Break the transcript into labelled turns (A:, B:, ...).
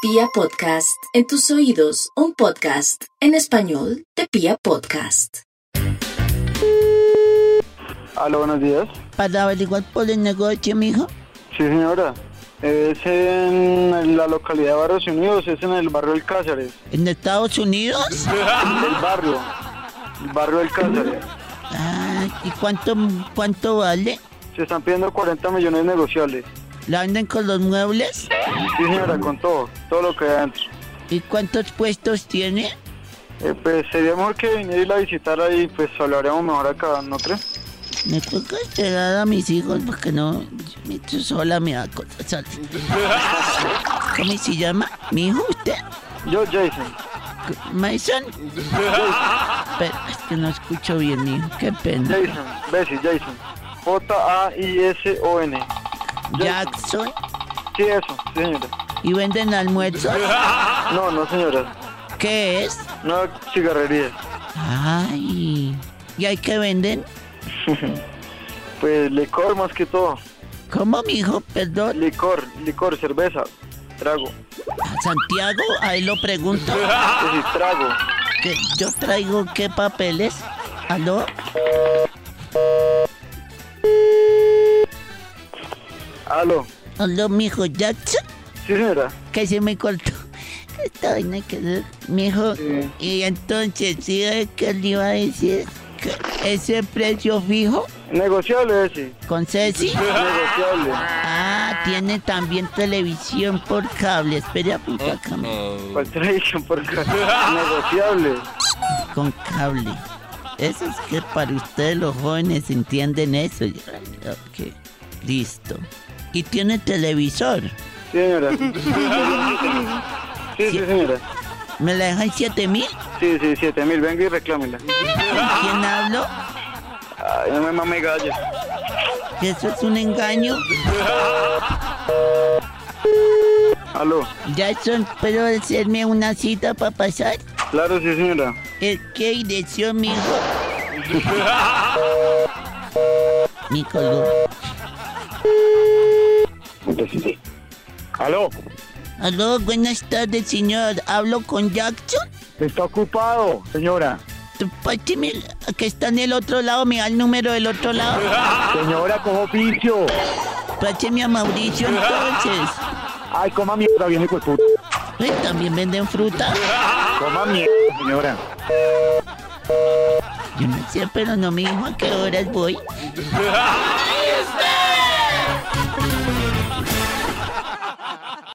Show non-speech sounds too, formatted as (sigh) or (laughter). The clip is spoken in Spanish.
A: Pia Podcast, en tus oídos, un podcast en español de Pia Podcast.
B: Aló, buenos días.
C: para averiguar por el negocio, mijo.
B: Sí, señora. Es en la localidad de Barrios Unidos, es en el barrio del Cáceres.
C: ¿En Estados Unidos?
B: El barrio. El barrio del Cáceres.
C: Ah, ¿Y cuánto, cuánto vale?
B: Se están pidiendo 40 millones negociables.
C: ¿La venden con los muebles?
B: Sí, señora, con todo, todo lo que hay adentro.
C: ¿Y cuántos puestos tiene?
B: Eh, pues sería mejor que viniera y la visitara y pues hablaríamos mejor acá, ¿no crees?
C: Me toca esperar a mis hijos porque no. Me estoy sola, me da cosas. ¿sabes? ¿Cómo se llama? ¿Mi hijo usted?
B: Yo, Jason.
C: ¿Mason? Pero es que no escucho bien, mijo. Qué pena.
B: Jason. Bessie, Jason. J-A-I-S-O-N.
C: ¿Jackson?
B: Sí, eso, sí, señora.
C: ¿Y venden almuerzos?
B: No, no, señora.
C: ¿Qué es?
B: No cigarrería.
C: Ay. ¿Y hay que venden?
B: Pues licor más que todo.
C: ¿Cómo, mijo? Perdón.
B: Licor, licor, cerveza, trago.
C: ¿A Santiago, ahí lo pregunto.
B: Es decir, trago.
C: ¿Que yo traigo qué papeles? ¿Aló?
B: Aló.
C: ¿Aló, mijo Jackson?
B: Sí, señora.
C: Que se me cortó. Esta vaina quedó. Mijo, y entonces, ¿sí es que le iba a decir? que ¿Ese precio fijo
B: Negociable, sí.
C: con Ceci?
B: Negociable.
C: Ah, tiene también televisión por cable. Espera, pues, acá,
B: ¿Cuál tradición Pues por acá? Negociable.
C: con cable. Eso es que para ustedes los jóvenes entienden eso. Ok, listo. Y tiene televisor.
B: Sí, señora. Sí, sí, señora.
C: ¿Me la dejan 7000?
B: Sí, sí, siete mil. Venga y reclámela.
C: ¿Con quién hablo?
B: Ay, no me mame gallo.
C: ¿Que ¿Eso es un engaño?
B: Aló.
C: Jackson, ¿puedo hacerme una cita para pasar?
B: Claro, sí, señora.
C: ¿Eh, ¿Qué dirección, mijo? (laughs) Mi color.
B: Aló.
C: Aló, buenas tardes, señor. ¿Hablo con Jackson?
B: Está ocupado, señora.
C: Tu páseme la- que está en el otro lado, me da el número del otro lado.
B: Señora, con oficio.
C: Páseme a Mauricio entonces.
B: Ay, coma mierda, viene con puta.
C: Uy, También venden fruta.
B: Coma mierda, señora.
C: Yo no sé, pero no me dijo a qué horas voy.